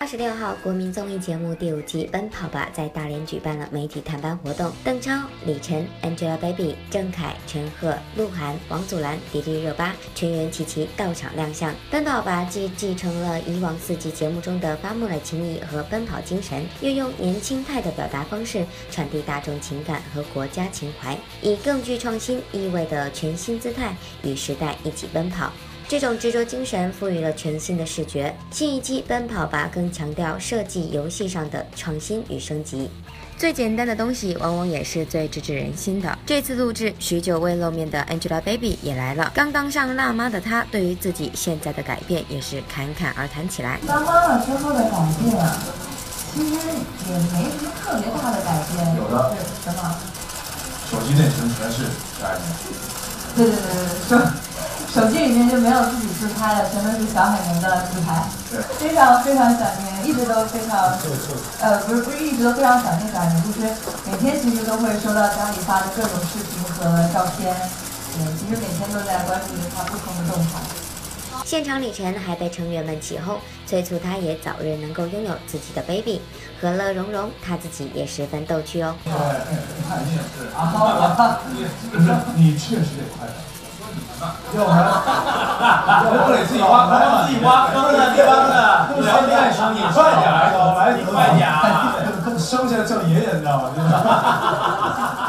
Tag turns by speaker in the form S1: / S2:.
S1: 二十六号，国民综艺节目第五季《奔跑吧》在大连举办了媒体探班活动，邓超、李晨、Angelababy、郑恺、陈赫、鹿晗、王祖蓝、迪丽热巴、全员齐齐到场亮相。《奔跑吧》既继承了以往四季节目中的发木了情谊和奔跑精神，又用年轻态的表达方式传递大众情感和国家情怀，以更具创新意味的全新姿态与时代一起奔跑。这种执着精神赋予了全新的视觉。新一期《奔跑吧》更强调设计游戏上的创新与升级。最简单的东西，往往也是最直指人心的。这次录制许久未露面的 Angelababy 也来了。刚当上辣妈的她，对于自己现在的改变也是侃侃而谈起来。
S2: 当妈妈之后的改变啊，其实也没什么特别大的改变。
S3: 有的
S2: 对，什么？
S3: 手机内存全是爱情，
S2: 对对对对对，手手机里面就没有自己自拍的，全都是小海绵的自拍。
S3: 对，
S2: 非常非常想念，一直都非常，呃，不是不是一直都非常想念小海绵，就是每天其实都会收到家里发的各种视频和照片，对，其实每天都在关注着他不同的动态。
S1: 现场李晨还被成员们起哄，催促她也早日能够拥有自己的 baby。和乐融融，她自己也十分逗趣哦。
S3: 看你也是，
S2: 然后 我，
S3: 你不是哎你确实得快点。要不然，要不得自己挖坑啊！
S4: 自己挖坑呢，你挖呢，
S3: 不然
S4: 太
S3: 太
S4: 伤你，
S3: 快点，老白，啊
S4: 你快点啊！
S3: 生下来叫爷爷，你知道吗？